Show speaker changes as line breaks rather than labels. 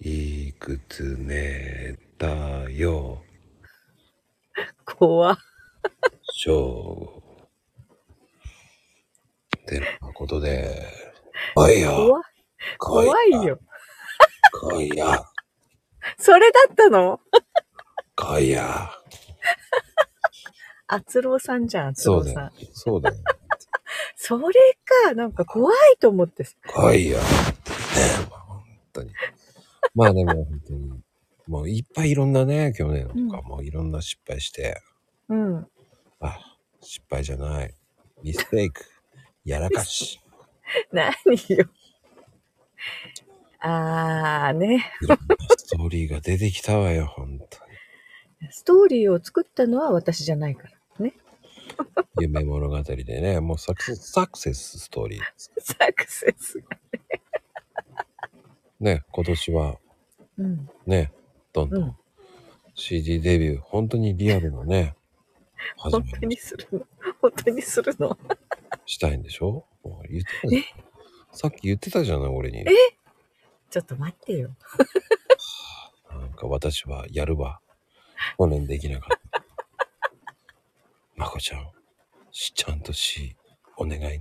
いくつ寝たよ、
怖っ
正午。てなことで、怖いよ。
怖っ怖いよ。
怖いや。
それだったの
怖いや。
あつろうさんじゃん、あつ
そ
ろ
ううだ
さ
よ
ん。。
そうだよ。
それか、なんか怖いと思ってさ。
怖いよ。ねえ、まあ本当に。まあでも本当に。もういっぱいいろんなね、去年とかもういろんな失敗して、
うん。
あ、失敗じゃない。ミステイク。やらかし。
何よ。あーね。
いろんなストーリーが出てきたわよ、本当に。
ストーリーを作ったのは私じゃないから。
夢物語でね、もうサクセス、サクセスストーリーです。
サクセスが。
ね、今年は
うん。
ね、どんど
うんん。
CD デビュー、本当にリアルのね、始
本
ま
当
り
にするの。本当にするの。
したいんでしょもう言ってたじゃんさっき言ってたじゃない、俺に。
ちょっと待ってよ。
なんか私はやるわ。去年できなかった。まこちゃん、しちゃんとし、お願いね。